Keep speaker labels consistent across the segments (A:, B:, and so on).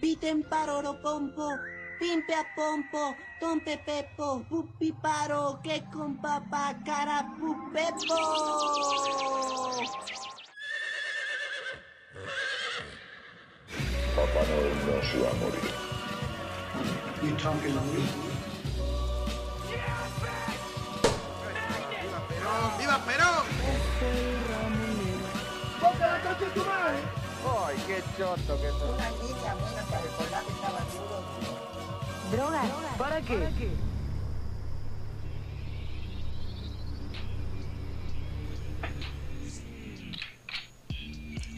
A: Piten paroro pompo, pimpe a pompo, tompe pepo, pupi paro, que con papá cara pupepo.
B: Papá Noel no se va a morir.
C: You talking to me?
D: ¡Viva Perón!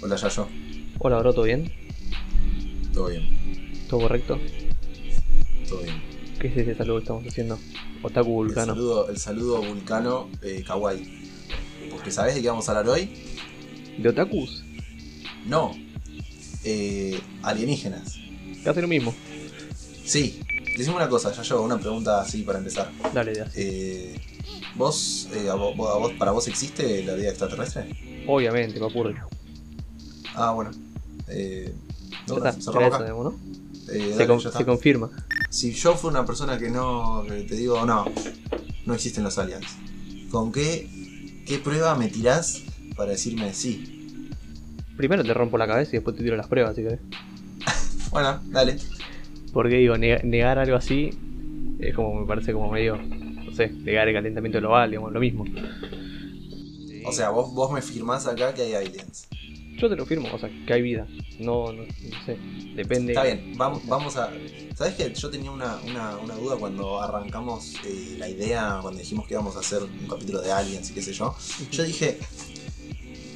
E: Hola, Yayo.
F: Hola, bro, ¿todo bien?
E: Todo bien,
F: ¿Todo correcto?
E: todo bien.
F: ¿Qué es este saludo que estamos haciendo? Otaku
E: El
F: Vulcano.
E: saludo, el saludo vulcano eh, kawaii. Porque ¿sabés de qué vamos a hablar hoy?
F: ¿De otakus?
E: No. Eh, alienígenas.
F: Casi lo mismo.
E: Sí. Decime una cosa, Yayo, una pregunta así para empezar.
F: Dale, ideas.
E: Eh, ¿Vos, eh, a vo- a vos- para vos existe la vida extraterrestre?
F: Obviamente, papurri.
E: Ah, bueno. Eh,
F: Ya
E: no,
F: está,
E: cerramos
F: ya
E: acá.
F: sabemos, ¿no?
E: Eh,
F: Se,
E: dale,
F: con-
E: ya está.
F: se confirma.
E: Si yo fuera una persona que no, que te digo, no, no existen los aliens, ¿con qué, qué prueba me tirás para decirme sí?
F: Primero te rompo la cabeza y después te tiro las pruebas, si querés.
E: Bueno, dale.
F: Porque digo, neg- negar algo así es como, me parece como medio, no sé, negar el calentamiento global, digamos, lo mismo.
E: O sea, vos, vos me firmás acá que hay aliens.
F: Yo te lo firmo, o sea, que hay vida. No, no, no sé, depende.
E: Está bien, vamos, vamos a... ¿Sabés que yo tenía una, una- una duda cuando arrancamos eh, la idea, cuando dijimos que íbamos a hacer un capítulo de aliens y qué sé yo? Yo dije,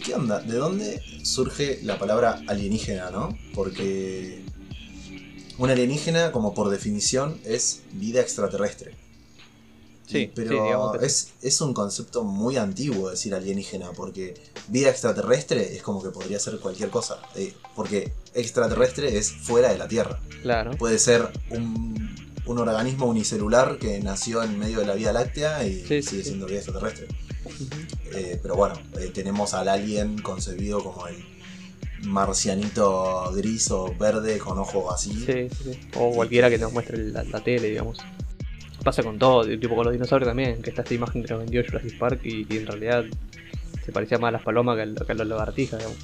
E: ¿qué onda? ¿De dónde surge la palabra alienígena, no? Porque un alienígena, como por definición, es vida extraterrestre.
F: Sí,
E: pero
F: sí, digamos que-
E: es, es un concepto muy antiguo decir alienígena, porque vida extraterrestre es como que podría ser cualquier cosa, eh, porque extraterrestre es fuera de la Tierra.
F: Claro.
E: Puede ser un, un organismo unicelular que nació en medio de la Vía Láctea
F: Sí,
E: y
F: sí, sí.
E: sigue siendo vida extraterrestre.
F: Ujú.
E: Eh, pero bueno, eh, tenemos al alien concebido como el marcianito gris o verde con ojos así.
F: Sí, sí, sí. O cualquiera que nos muestre la, la tele, digamos. Pasa con todo, tipo con los dinosaurios también, que está esta imagen que nos vendió Jurassic Park y, y en realidad se parecía más a las palomas que a, lo- que a los lagartijas, digamos.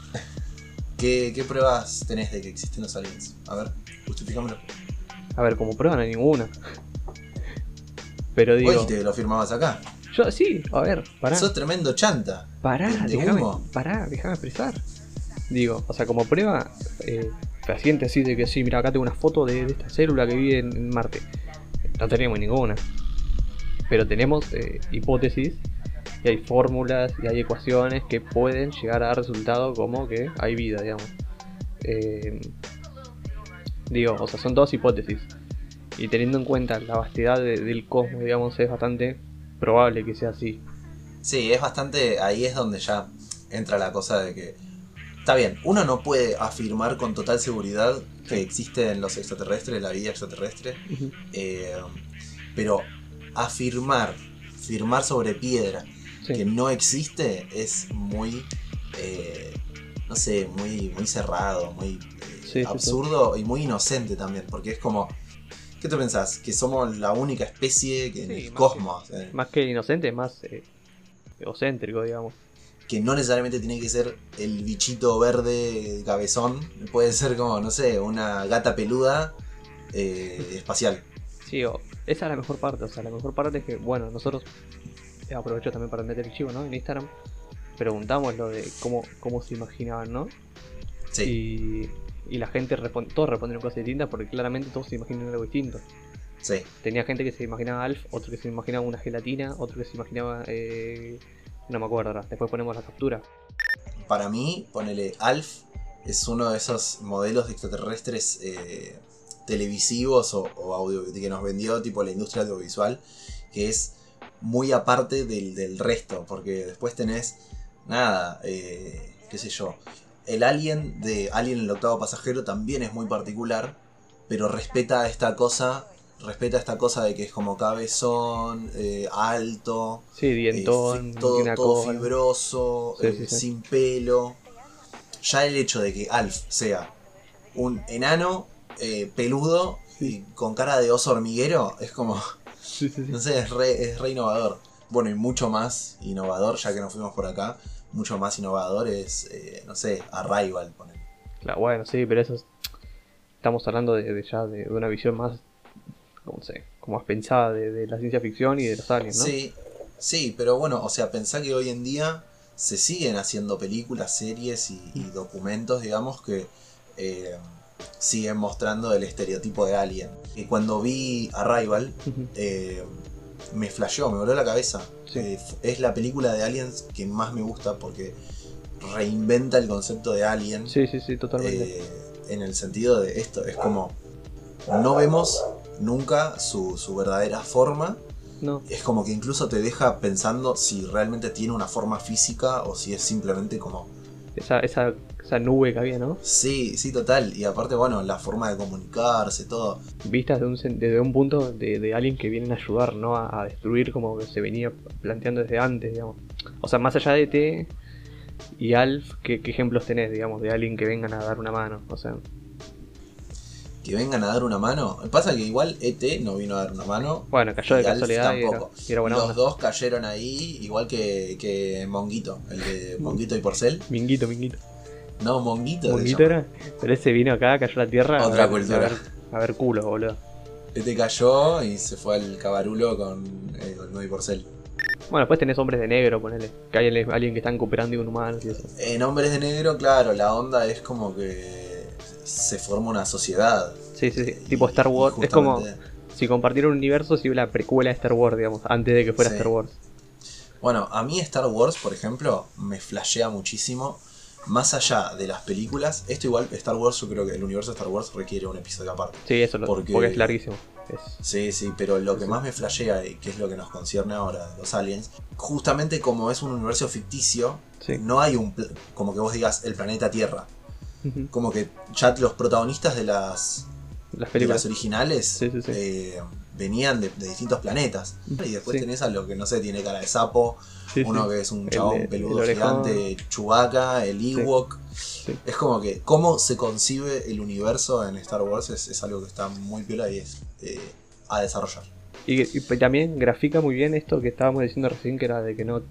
E: ¿Qué, qué pruebas tenés de que existen los aliens? A ver, justificámoslo.
F: A ver, como prueba no hay ninguna. Pero
E: Vos
F: digo,
E: dijiste que lo firmabas acá.
F: yo sí, a ver, pará,
E: Sos tremendo chanta.
F: pará,
E: de- de
F: déjame,
E: humo.
F: pará, déjame expresar. Digo, o sea, como prueba eh, fehaciente así de que sí, mira, acá tengo una foto de, de esta célula que vive en, en Marte. No tenemos ninguna. Pero tenemos eh, hipótesis y hay fórmulas y hay ecuaciones que pueden llegar a dar resultado como que hay vida, digamos. Eh, digo, o sea, son dos hipótesis. Y teniendo en cuenta la vastedad de- del cosmos, digamos, es bastante probable que sea así.
E: Sí, es bastante. Ahí es donde ya entra la cosa de que. Está bien, uno no puede afirmar con total seguridad que existen los extraterrestres, la vida extraterrestre, eh, pero afirmar, firmar sobre piedra
F: Sí.
E: que no existe es muy, eh, no sé, muy, muy cerrado, muy eh,
F: Sí, sí, sí.
E: absurdo y muy inocente también, porque es como, ¿qué te pensás? Que somos la única especie que en
F: Sí,
E: el
F: más
E: cosmos, en el
F: más que inocente, más eh, egocéntrico, digamos.
E: que no necesariamente tiene que ser el bichito verde cabezón, puede ser como, no sé, una gata peluda eh, espacial.
F: Sí, o- esa es la mejor parte, o sea, la mejor parte es que, bueno, nosotros, eh, aprovecho también para meter el chivo, ¿no? En Instagram, preguntamos lo de cómo, cómo se imaginaban, ¿no?
E: Sí,
F: Y, y la gente, respon- todos respondieron cosas distintas porque claramente todos se imaginan algo distinto.
E: sí.
F: Tenía gente que se imaginaba Alf, otro que se imaginaba una gelatina, otro que se imaginaba... eh, no me acuerdo ahora, después ponemos la captura.
E: Para mí, ponele Alf, es uno de esos modelos de extraterrestres eh, televisivos o, o audio que nos vendió tipo la industria audiovisual, que es muy aparte del, del resto, porque después tenés, nada, eh, qué sé yo, el alien de Alien el octavo pasajero también es muy particular, pero respeta esta cosa, respeta esta cosa de que es como cabezón, eh, alto,
F: Sí,
E: eh,
F: dientón,
E: fi- todo,
F: una
E: todo
F: cola.
E: fibroso,
F: Sí,
E: eh,
F: sí, sí.
E: sin pelo. Ya el hecho de que Alf sea un enano eh, peludo y con cara de oso hormiguero, es como,
F: Sí, sí, sí.
E: no sé, es re, es re innovador. Bueno, y mucho más innovador, ya que nos fuimos por acá, mucho más innovador es, eh, no sé, Arrival, ponele.
F: Claro, bueno, sí, pero eso es- Estamos hablando de, de ya de, de una visión más. ¿Cómo sé? Como más pensada de, de la ciencia ficción y de los aliens, ¿no?
E: Sí, sí, pero bueno, o sea, pensá que hoy en día se siguen haciendo películas, series y, y
F: Mm.
E: documentos, digamos, que eh, siguen mostrando el estereotipo de Alien. Y cuando vi Arrival, eh, me flasheó, me voló la cabeza.
F: Sí.
E: Eh, f- es la película de Aliens que más me gusta porque reinventa el concepto de Alien.
F: sí, sí, sí, totalmente.
E: Eh, en el sentido de esto, es como no vemos nunca su, su verdadera forma.
F: no,
E: Es como que incluso te deja pensando si realmente tiene una forma física o si es simplemente como.
F: esa, esa, esa nube que había, ¿no?
E: Sí, sí, total. Y aparte, bueno, la forma de comunicarse, todo.
F: Vistas de un, sen- desde un punto de, de alguien que vienen a ayudar, ¿no? A, a destruir como que se venía planteando desde antes, digamos. O sea, más allá de T y Alf, ¿qué, qué ejemplos tenés, digamos, de alguien que vengan a dar una mano? O sea,
E: Que vengan a dar una mano. Pasa que igual ET no vino a dar una mano.
F: bueno, cayó de
E: Y Alf
F: casualidad y era,
E: tampoco.
F: y era buena
E: Los
F: onda.
E: dos cayeron ahí, igual que, que Monguito, el de Monguito y Porcel.
F: Minguito, Minguito.
E: No, Monguito. se
F: Monguito
E: llama.
F: era. Pero ese vino acá, cayó a la tierra.
E: Otra
F: a ver,
E: cultura.
F: A ver, a ver culos, boludo.
E: ET E cayó y se fue al cabarulo con, eh, con Monguito y Porcel.
F: Bueno, después tenés hombres de negro, ponele. Que hay el- alguien que están cooperando con humanos y eso.
E: En Hombres de Negro, claro, la onda es como que se forma una sociedad.
F: Sí, sí, sí.
E: Y-
F: Tipo Star
E: y
F: Wars. Es como
E: justamente-
F: si compartiera un universo, si hubiera la precuela de Star Wars, digamos, antes de que fuera
E: Sí.
F: Star Wars.
E: Bueno, a mí Star Wars, por ejemplo, me flashea muchísimo. Más allá de las películas, esto igual, Star Wars, yo creo que el universo de Star Wars requiere un episodio aparte.
F: Sí, eso lo-
E: Porque-
F: porque... es larguísimo. Es-
E: Sí, sí, pero lo que más me flashea, y que es lo que nos concierne ahora de los aliens, justamente como es un universo ficticio,
F: sí.
E: no hay un, pl- como que vos digas, el planeta Tierra. Como que ya los protagonistas de las
F: Las
E: de
F: películas.
E: las originales
F: Sí, sí, sí.
E: eh, venían de, de distintos planetas. Y después
F: Sí.
E: tenés a lo que no sé, tiene cara de sapo,
F: Sí,
E: uno
F: sí.
E: que es un
F: El
E: chabón
F: de-
E: peludo
F: el orejón.
E: gigante, Chewbacca, el Ewok. Es como que cómo se concibe el universo en Star Wars es, es algo que está muy piola y es eh, a desarrollar.
F: Y, y también grafica muy bien esto que estábamos diciendo recién, que era de que no,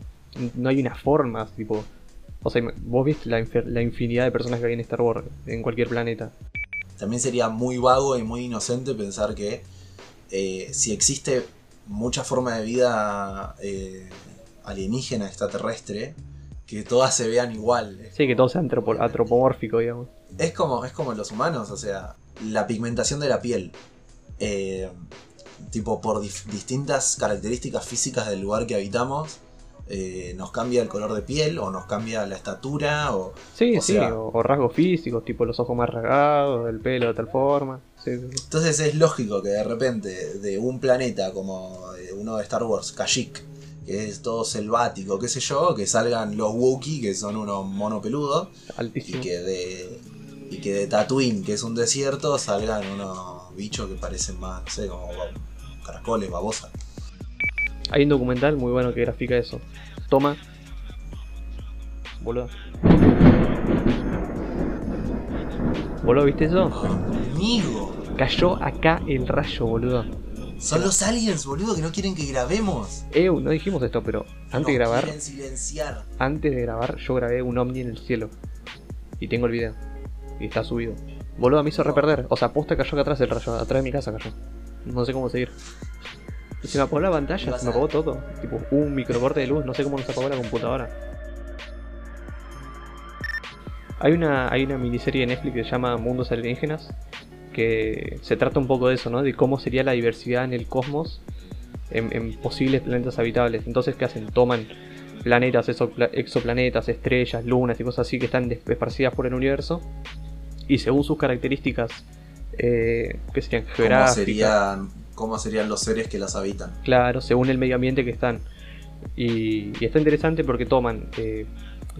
F: no hay una forma, tipo... O sea, vos viste la, infer- la infinidad de personas que hay en Star Wars, en cualquier planeta.
E: También sería muy vago y muy inocente pensar que eh, si existe mucha forma de vida eh, alienígena extraterrestre, que todas se vean igual. Es
F: Sí, que todo sea antropo-
E: Obviamente.
F: antropomórfico, digamos.
E: Es como, es como los humanos, o sea, la pigmentación de la piel. eh, tipo, por dif- distintas características físicas del lugar que habitamos, eh, nos cambia el color de piel o nos cambia la estatura o...
F: Sí,
E: O
F: sí,
E: sea-
F: o, o rasgos físicos, tipo los ojos más rasgados, el pelo de tal forma. Sí, sí, sí.
E: Entonces es lógico que de repente de un planeta como eh, uno de Star Wars, Kashyyyk, que es todo selvático, qué sé yo, que salgan los Wookiee, que son unos monopeludos, y
F: Altísimo.
E: que de y que de Tatooine, que es un desierto, salgan unos bichos que parecen más, no sé, como ba- caracoles, babosas.
F: Hay un documental muy bueno que grafica eso. Toma. Boludo. Boludo, ¿viste eso?
E: Amigo,
F: Cayó acá el rayo, boludo.
E: son los aliens, boludo, que no quieren que grabemos.
F: Ew, no dijimos esto, pero antes
E: Nos
F: de grabar,
E: Quieren silenciar.
F: antes de grabar, yo grabé un ovni en el cielo. Y tengo el video. Y está subido. Boludo, me hizo reperder. O sea, aposta cayó acá atrás el rayo, atrás de mi casa cayó. No sé cómo seguir. Y se me apagó la pantalla, se me apagó todo. Tipo, un microcorte de luz, no sé cómo nos apagó la computadora. Hay una, hay una miniserie de Netflix que se llama Mundos Alienígenas, que se trata un poco de eso, ¿no? De cómo sería la diversidad en el cosmos en, en posibles planetas habitables. Entonces, ¿qué hacen? Toman planetas, exopla- exoplanetas, estrellas, lunas y cosas así que están des- esparcidas por el universo. Y según sus características, eh, que serían
E: ¿Cómo
F: geográficas.
E: serían, ¿Cómo serían los seres que las habitan?
F: Claro, según el medio ambiente que están. Y, y está interesante porque toman eh,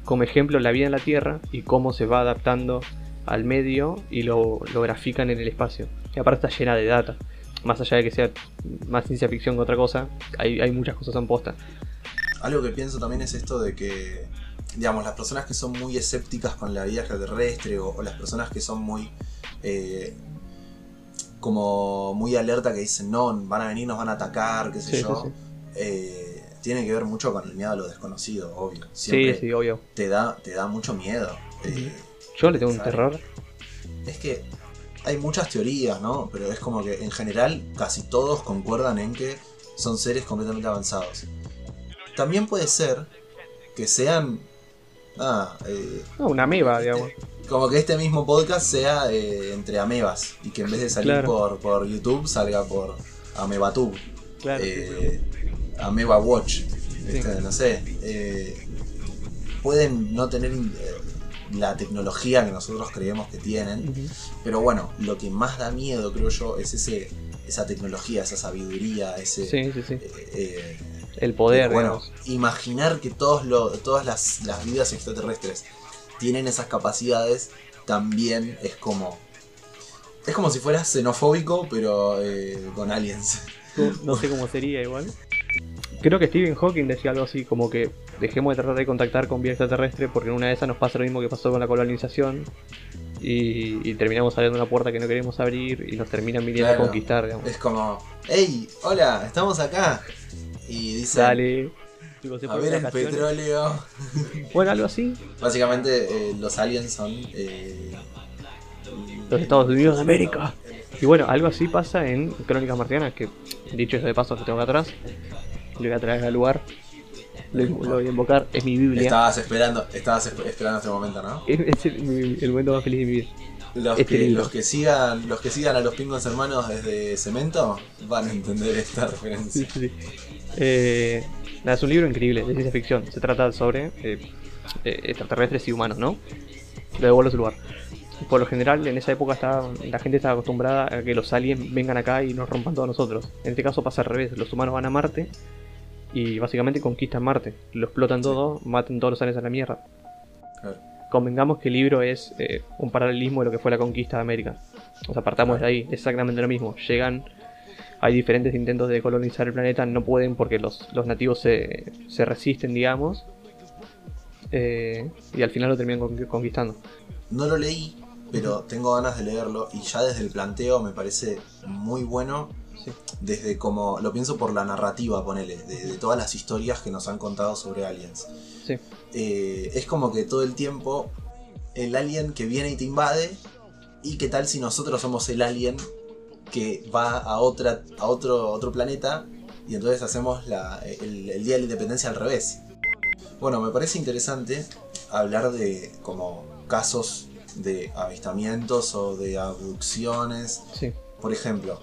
F: como ejemplo la vida en la Tierra y cómo se va adaptando al medio y lo, lo grafican en el espacio. Y aparte está llena de data. Más allá de que sea más ciencia ficción que otra cosa, hay, hay muchas cosas en posta.
E: Algo que pienso también es esto de que, digamos, las personas que son muy escépticas con la vida extraterrestre o, o las personas que son muy eh, como muy alerta que dicen, no, van a venir, nos van a atacar, qué sé
F: Sí,
E: yo,
F: sí,
E: eh, tiene que ver mucho con el miedo a lo desconocido, obvio.
F: sí,
E: Siempre
F: sí, obvio.
E: Te, da, te da mucho miedo. Eh,
F: Yo le tengo un
E: Sabe.
F: terror.
E: es que hay muchas teorías, ¿no? Pero es como que en general casi todos concuerdan en que son seres completamente avanzados. También puede ser que sean... Ah, eh,
F: No, una ameba, digamos.
E: como que este mismo podcast sea eh, entre amebas y que en vez de salir
F: Claro.
E: por, por YouTube salga por Amebatube.
F: Claro.
E: eh, Ameba Watch, ¿viste? no sé. eh, pueden no tener eh, la tecnología que nosotros creemos que tienen,
F: Ujú.
E: pero bueno, lo que más da miedo, creo yo, es ese esa tecnología, esa sabiduría, ese...
F: Sí, sí, sí.
E: eh, eh,
F: El poder,
E: bueno,
F: digamos.
E: imaginar que todos lo- todas las, las vidas extraterrestres tienen esas capacidades también es como... Es como si fueras xenofóbico, pero eh, con aliens.
F: No sé cómo sería igual. Creo que Stephen Hawking decía algo así, como que dejemos de tratar de contactar con vida extraterrestre porque en una de esas nos pasa lo mismo que pasó con la colonización y, y terminamos abriendo una puerta que no queremos abrir y nos terminan viniendo
E: Claro.
F: a conquistar, digamos.
E: Es como, hey, hola, estamos acá. Y dice,
F: Dale. Tipo, se
E: a
F: fueron
E: ver
F: de
E: el
F: vacaciones.
E: petróleo.
F: Bueno, algo así.
E: Básicamente eh, los aliens son... eh,
F: Los Estados Unidos de América. Y bueno, algo así pasa en Crónicas Marcianas, que dicho eso de paso que tengo acá atrás, lo voy a traer al lugar, lo, lo voy a invocar, es mi Biblia.
E: Estabas esperando, estabas esp- esperando este momento, ¿no?
F: Es, es el, mi- el momento más feliz de mi vida.
E: Los
F: Este
E: que,
F: libro.
E: los que sigan, los que sigan a los pingos hermanos desde Cemento van a entender esta
F: Sí,
E: referencia.
F: sí, sí. Eh, nada, es un libro increíble, de ciencia ficción. Se trata sobre eh, eh, extraterrestres y humanos, ¿no? Lo devuelvo a su lugar. Por lo general, en esa época estaba, la gente estaba acostumbrada a que los aliens vengan acá y nos rompan todos nosotros. En este caso pasa al revés, los humanos van a Marte y básicamente conquistan Marte. Lo explotan todo, matan todos los aliens a la mierda.
E: Claro.
F: Convengamos que el libro es eh, un paralelismo de lo que fue la conquista de América. O sea, partamos de ahí, exactamente lo mismo. Llegan hay diferentes intentos de colonizar el planeta, no pueden porque los, los nativos se, se resisten, digamos. Eh, y al final lo terminan conqui- conquistando.
E: No lo leí, pero tengo ganas de leerlo y ya desde el planteo me parece muy bueno.
F: Sí.
E: Desde como, lo pienso por la narrativa, ponele, de, de todas las historias que nos han contado sobre aliens.
F: Sí,
E: eh, es como que todo el tiempo el alien que viene y te invade y qué tal si nosotros somos el alien que va a otra a otro otro planeta y entonces hacemos la- el, el día de la independencia al revés bueno me parece interesante hablar de como casos de avistamientos o de abducciones
F: sí.
E: por ejemplo,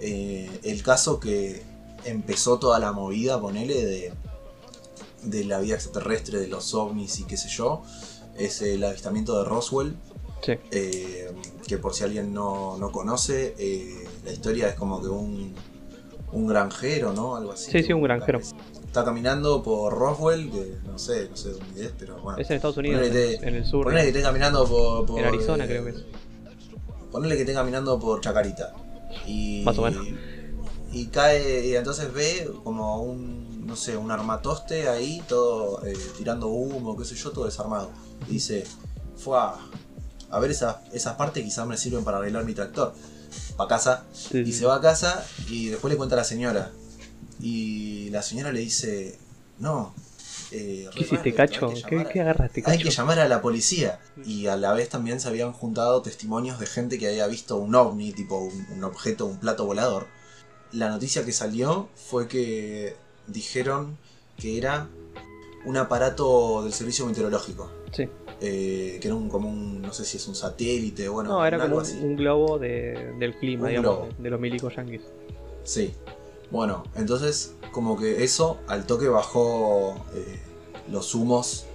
E: eh, el caso que empezó toda la movida, ponele, de, de la vida extraterrestre, de los ovnis y qué sé yo, es el avistamiento de Roswell.
F: Sí.
E: Eh, que por si alguien no, no conoce, eh, la historia es como que un, un granjero, ¿no? Algo así.
F: Sí, sí, un granjero.
E: Está caminando por Roswell, que no sé, no sé dónde es, pero bueno.
F: Es en Estados Unidos,
E: Ponele-
F: en, en el sur.
E: Ponele que esté caminando por, por,
F: En Arizona, creo que
E: eh,
F: es.
E: Ponele que esté caminando por Chacarita. Y,
F: Más o menos.
E: Y cae, y entonces ve como un, no sé, un armatoste ahí, todo eh, tirando humo, qué sé yo, todo desarmado. Y dice, fuá, a ver esas, esas partes quizás me sirven para arreglar mi tractor. Pa' casa.
F: Sí,
E: Y
F: sí.
E: se va a casa y después le cuenta a la señora. Y la señora le dice, no. eh, re
F: ¿Qué hiciste,
E: raro esto,
F: cacho?
E: hay que
F: ¿Qué,
E: llamar a-
F: qué agarraste,
E: hay que
F: cacho?
E: llamar a la policía. Y a la vez también se habían juntado testimonios de gente que había visto un ovni, tipo un, un objeto, un plato volador. La noticia que salió fue que dijeron que era un aparato del servicio meteorológico.
F: Sí.
E: Eh, que era un, como un, no sé si es un satélite, bueno,
F: No, era
E: algo
F: como
E: así.
F: un, un globo de- del clima,
E: Un
F: digamos,
E: globo.
F: de los milicos yanquis.
E: Sí. Bueno, entonces como que eso al toque bajó eh, los humos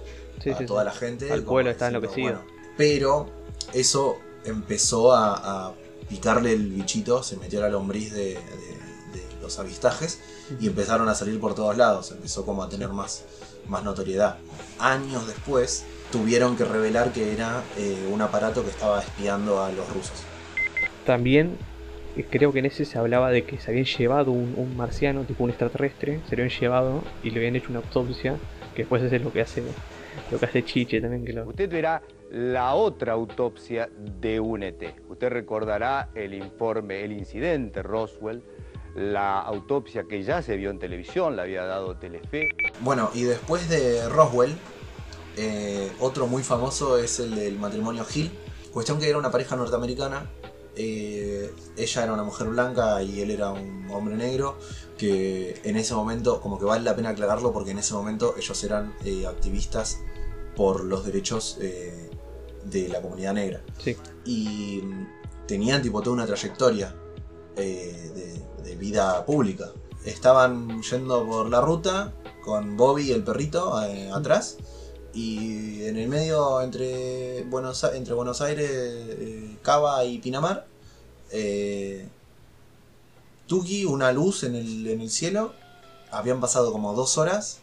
F: Sí,
E: a
F: sí, sí.
E: toda la gente.
F: Al
E: como
F: pueblo está
E: diciendo,
F: enloquecido.
E: bueno. pero eso empezó a, a picarle el bichito, se metió la lombriz de, de- de los avistajes y empezaron a salir por todos lados. Empezó como a tener más, más notoriedad. Años después tuvieron que revelar que era eh, un aparato que estaba espiando a los rusos.
F: También eh, creo que en ese se hablaba de que se habían llevado un, un marciano, tipo un extraterrestre, se lo habían llevado y le habían hecho una autopsia, que después es lo que hace lo que hace Chiche también, que lo,
D: Usted verá la otra autopsia de un ET. Usted recordará el informe, el incidente Roswell, la autopsia que ya se vio en televisión, la había dado Telefe.
E: Bueno, y después de Roswell, eh, otro muy famoso es el del matrimonio Hill. Cuestión que era una pareja norteamericana. eh, ella era una mujer blanca y él era un hombre negro. Que en ese momento, como que vale la pena aclararlo, porque en ese momento ellos eran eh, activistas por los derechos eh, de la comunidad negra.
F: Sí.
E: Y mm, tenían tipo toda una trayectoria eh, de, de vida pública. Estaban yendo por la ruta con Bobby, el perrito, eh, atrás. Y en el medio, entre Buenos, A- entre Buenos Aires, eh, Cava y Pinamar, eh, Tuki, una luz en el, en el cielo. Habían pasado como dos horas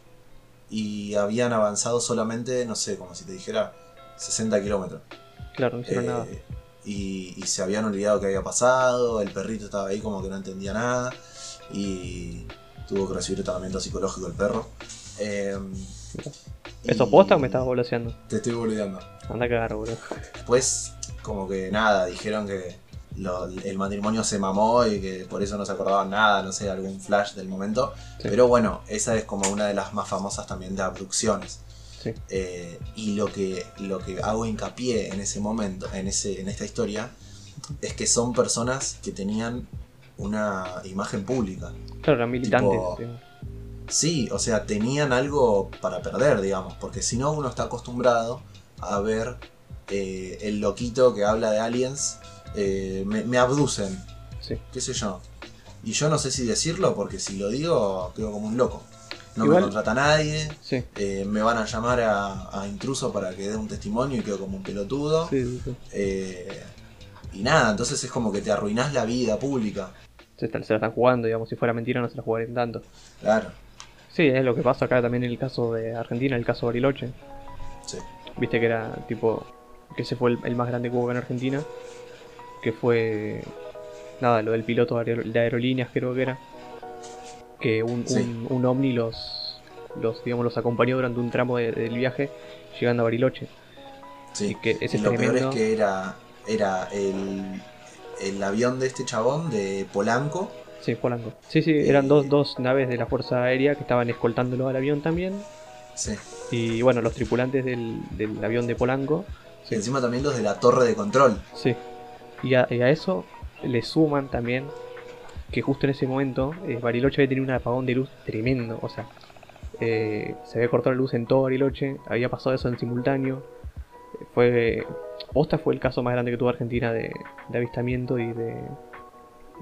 E: y habían avanzado solamente, no sé, como si te dijera, 60 kilómetros.
F: Claro, no hicieron
E: Eh,
F: nada.
E: Y, y se habían olvidado que había pasado, el perrito estaba ahí como que no entendía nada y tuvo que recibir tratamiento psicológico el perro. Eh,
F: ¿Eso
E: y-
F: posta o me estabas boloseando?
E: Te estoy boludeando.
F: Anda a cagar, boludo.
E: Después, como que nada, dijeron que lo- el matrimonio se mamó y que por eso no se acordaban nada, no sé, algún flash del momento.
F: Sí.
E: Pero bueno, esa es como una de las más famosas también de abducciones.
F: Sí.
E: Eh, y lo que, lo que hago hincapié en ese momento, en, ese, en esta historia, es que son personas que tenían una imagen pública.
F: Claro, eran militantes.
E: Tipo-
F: digamos.
E: Sí, o sea, tenían algo para perder, digamos, porque si no uno está acostumbrado a ver eh, el loquito que habla de aliens, eh, me, me abducen,
F: Sí.
E: qué sé yo. Y yo no sé si decirlo, porque si lo digo, quedo como un loco. No
F: Igual-
E: me contrata nadie,
F: Sí.
E: eh, me van a llamar a, a intruso para que dé un testimonio y quedo como un pelotudo.
F: Sí, sí, sí.
E: eh, y nada, entonces es como que te arruinás la vida pública.
F: Se, está- se la están jugando, digamos. Si fuera mentira, no se la jugarían tanto.
E: Claro,
F: Sí, es lo que pasa acá también en el caso de Argentina, el caso Bariloche.
E: sí.
F: Viste que era tipo. que ese fue el, el más grande que hubo en Argentina. Que fue. Nada, lo del piloto de aer- de aerolíneas, creo que era. Que un,
E: Sí.
F: un, un ovni los. los digamos los acompañó durante un tramo de- del viaje llegando a Bariloche.
E: Sí.
F: Y que ese
E: Y lo peor es
F: tremendo-
E: que era, era el, el avión de este chabón de Polanco.
F: Sí, Polanco. Sí, sí, eran
E: Eh.
F: dos, dos naves de la Fuerza Aérea que estaban escoltándolo al avión también.
E: Sí.
F: Y bueno, los tripulantes del, del avión de Polanco.
E: Y encima también los de la torre de control.
F: Sí. Y a, y a eso le suman también que justo en ese momento eh, Bariloche había tenido un apagón de luz tremendo. O sea, eh, se había cortado la luz en todo Bariloche, había pasado eso en simultáneo. Eh, Fue. Posta fue el caso más grande que tuvo Argentina de, de avistamiento y de,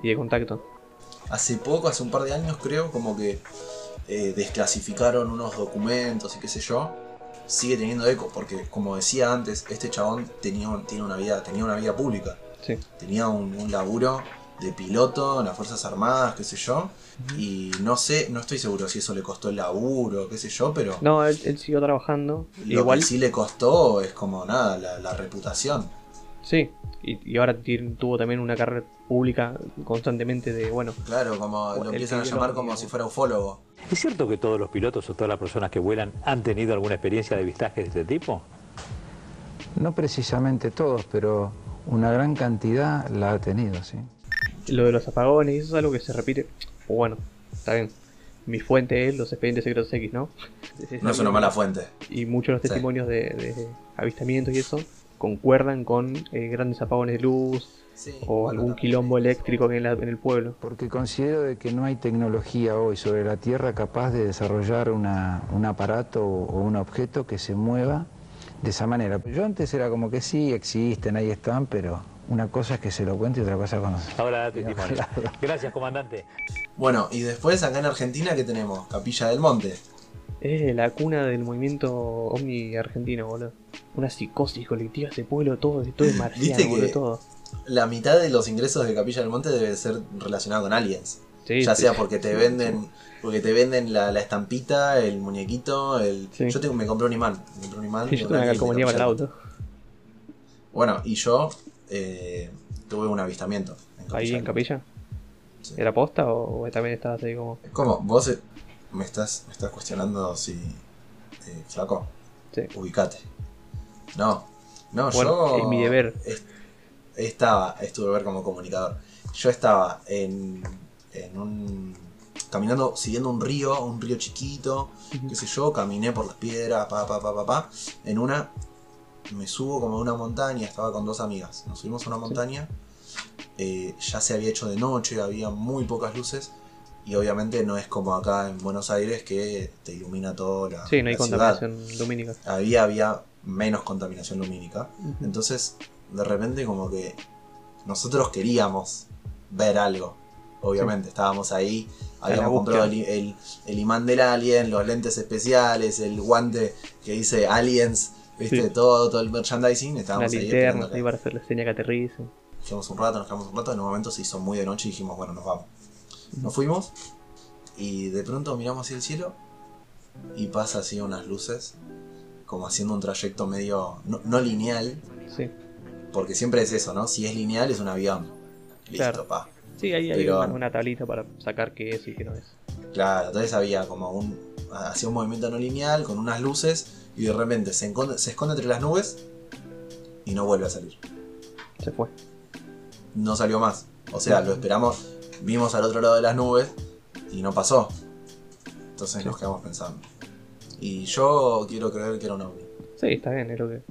F: y de contacto.
E: Hace poco, hace un par de años creo, como que eh, desclasificaron unos documentos y qué sé yo. Sigue teniendo eco, porque como decía antes, este chabón tenía, un- tiene una vida, tenía una vida pública.
F: Sí.
E: Tenía un, un laburo de piloto en las Fuerzas Armadas, qué sé yo. Y no sé, no estoy seguro si eso le costó el laburo, qué sé yo, pero...
F: No, él, él siguió trabajando.
E: Lo
F: igual.
E: que sí le costó es como nada, la, la reputación.
F: Sí. Y, y ahora ti- tuvo también una carrera pública constantemente de, bueno,
E: Claro, como
F: Bueno,
E: lo
F: el
E: empiezan a
F: que
E: llamar
F: lo-
E: como si fuera ufólogo.
G: ¿Es cierto que todos los pilotos o todas las personas que vuelan han tenido alguna experiencia de vistaje de este tipo?
H: No precisamente todos, pero una gran cantidad la ha tenido, sí.
F: Lo de los apagones, y eso es algo que se repite. O bueno, está bien. Mi fuente es los expedientes secretos X, ¿no?
E: No es una mala fuente.
F: Y muchos de los
E: Sí.
F: testimonios de, de avistamientos y eso concuerdan con eh, grandes apagones de luz o algún quilombo eléctrico que en, la- en el pueblo.
H: Porque considero de que no hay tecnología hoy sobre la Tierra capaz de desarrollar una- un aparato o, o un objeto que se mueva de esa manera. Yo antes era como que sí, existen, ahí están, pero una cosa es que se lo cuente y otra cosa cuando...
G: Ahora da testimonio. Gracias, comandante.
E: Bueno, y después acá en Argentina, ¿qué tenemos? Capilla del Monte.
F: Es la cuna del movimiento omni argentino, boludo. Una psicosis colectiva, ese pueblo, todo, todo es marciano,
E: Viste que-
F: boludo, todo.
E: La mitad de los ingresos de Capilla del Monte debe ser relacionado con aliens.
F: Sí,
E: ya
F: sí.
E: sea porque te venden porque te venden la, la estampita, el muñequito, el
F: Sí.
E: Yo tengo, me compré un imán, me compré un imán.
F: Sí, yo
E: de
F: tengo una
E: alien de
F: calcomanía para el
E: Capilla del
F: auto.
E: Monte. Bueno, y yo eh, tuve un avistamiento en Capilla
F: Ahí
E: del
F: en
E: Monte.
F: capilla.
E: Sí.
F: ¿Era posta o, o también estabas ahí como.?
E: ¿Cómo? ¿Vos eh, me estás, me estás cuestionando si. eh, flaco?
F: Sí.
E: Ubicate. No. No,
F: Bueno,
E: yo.
F: es mi deber.
E: es- estaba, estuve a ver como comunicador. Yo estaba en, en un. caminando, siguiendo un río, un río chiquito, qué sé yo, caminé por las piedras, pa, pa, pa, pa, pa. En una. me subo como a una montaña, estaba con dos amigas. Nos subimos a una montaña. eh, ya se había hecho de noche, había muy pocas luces. Y obviamente no es como acá en Buenos Aires que te ilumina todo la.
F: Sí, no hay
E: la ciudad
F: contaminación lumínica.
E: había, había menos contaminación lumínica. Entonces, de repente, como que nosotros queríamos ver algo. Obviamente, estábamos ahí, habíamos
F: búsqueda.
E: comprado el, el- el imán del alien, los lentes especiales, el guante que dice aliens, viste,
F: Sí.
E: todo, todo el merchandising.
F: La
E: Estábamos ahí
F: linterna,
E: esperando
F: ahí
E: que-
F: para hacerle seña que aterricen.
E: Quedamos un rato, nos quedamos un rato, en un momento se hizo muy de noche y dijimos, bueno, nos vamos. Nos fuimos y de pronto miramos hacia el cielo y pasa así unas luces, como haciendo un trayecto medio no, no lineal,
F: Sí,
E: porque siempre es eso, ¿no? Si es lineal es un avión. Listo,
F: Claro.
E: pa.
F: sí ahí hay
E: Pero-
F: una, una tablita para sacar qué es y qué no es.
E: Claro, entonces había como un. Hacía un movimiento no lineal con unas luces y de repente se esconde, se esconde entre las nubes y no vuelve a salir.
F: Se fue.
E: no salió más. O sea, lo esperamos, vimos al otro lado de las nubes y no pasó. Entonces nos quedamos pensando. Y yo quiero creer que era un ovni.
F: Sí, está bien, es lo que.
E: Bueno,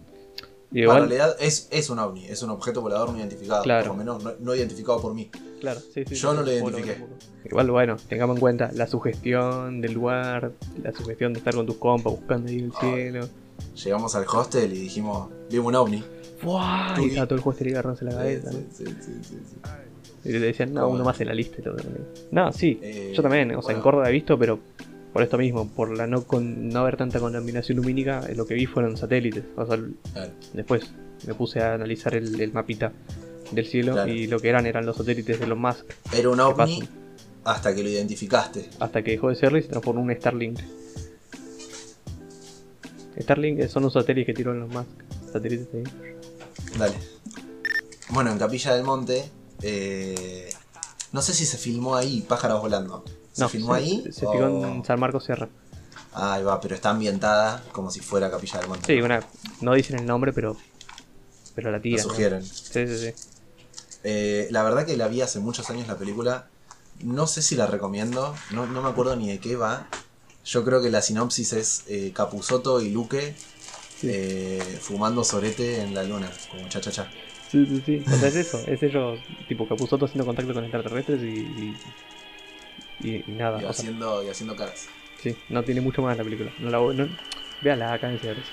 E: en
F: Igual,
E: realidad es, es un ovni, es un objeto volador no identificado,
F: Claro.
E: por lo menos no, no identificado por mí.
F: claro, sí, sí,
E: yo
F: sí,
E: no lo
F: sí, puedo
E: identifiqué.
F: lograr un poco. Igual, bueno, tengamos en cuenta la sugestión del lugar, la sugestión de estar con tus compas buscando ahí el
E: Ay.
F: cielo.
E: Llegamos al hostel y dijimos, vimos un ovni.
F: ¡Buah!
E: Tú
F: Y
E: y-
F: estaba todo el juego exterior agarrándose la cabeza.
E: Sí,
F: ¿no?
E: sí, sí, sí, sí.
F: Y te decían, no,
E: ¿Cómo?
F: uno más en la lista y todo. No, sí,
E: Eh,
F: yo también, o sea, en
E: bueno.
F: Córdoba he visto, pero por esto mismo, por la no con, no haber tanta contaminación lumínica, eh, lo que vi fueron satélites. O sea,
E: Claro.
F: después me puse a analizar el, el mapita del cielo
E: Claro.
F: y lo que eran eran los satélites de los Musk,
E: Era un ovni
F: pasa?
E: hasta que lo identificaste.
F: hasta que dejó de serlo y se transformó en un Starlink. Starlink eh, son los satélites que tiró Elon Musk. Satélites ahí.
E: Dale. Bueno, en Capilla del Monte, eh, no sé si se filmó ahí, pájaros volando. ¿Se filmó ahí?
F: Se, se
E: o-
F: filmó en San Marcos Sierra.
E: Ahí va, pero está ambientada como si fuera Capilla del Monte.
F: Sí, una, no dicen el nombre, pero pero la
E: Lo
F: tiran. ¿no?
E: sugieren.
F: Sí, sí, sí.
E: Eh, la verdad que la vi hace muchos años la película. No sé si la recomiendo. No, no me acuerdo ni de qué va. Yo creo que la sinopsis es eh, Capusotto y Luque eh, fumando sorete en la luna. Como cha cha cha.
F: Sí, sí, sí. O sea, es eso. Es ellos, tipo, Capuzoto haciendo contacto con extraterrestres y. y, y- y nada.
E: Y
F: o sea,
E: haciendo, y haciendo caras.
F: sí, no tiene mucho más la película. No la voy- no, véala acá en serio.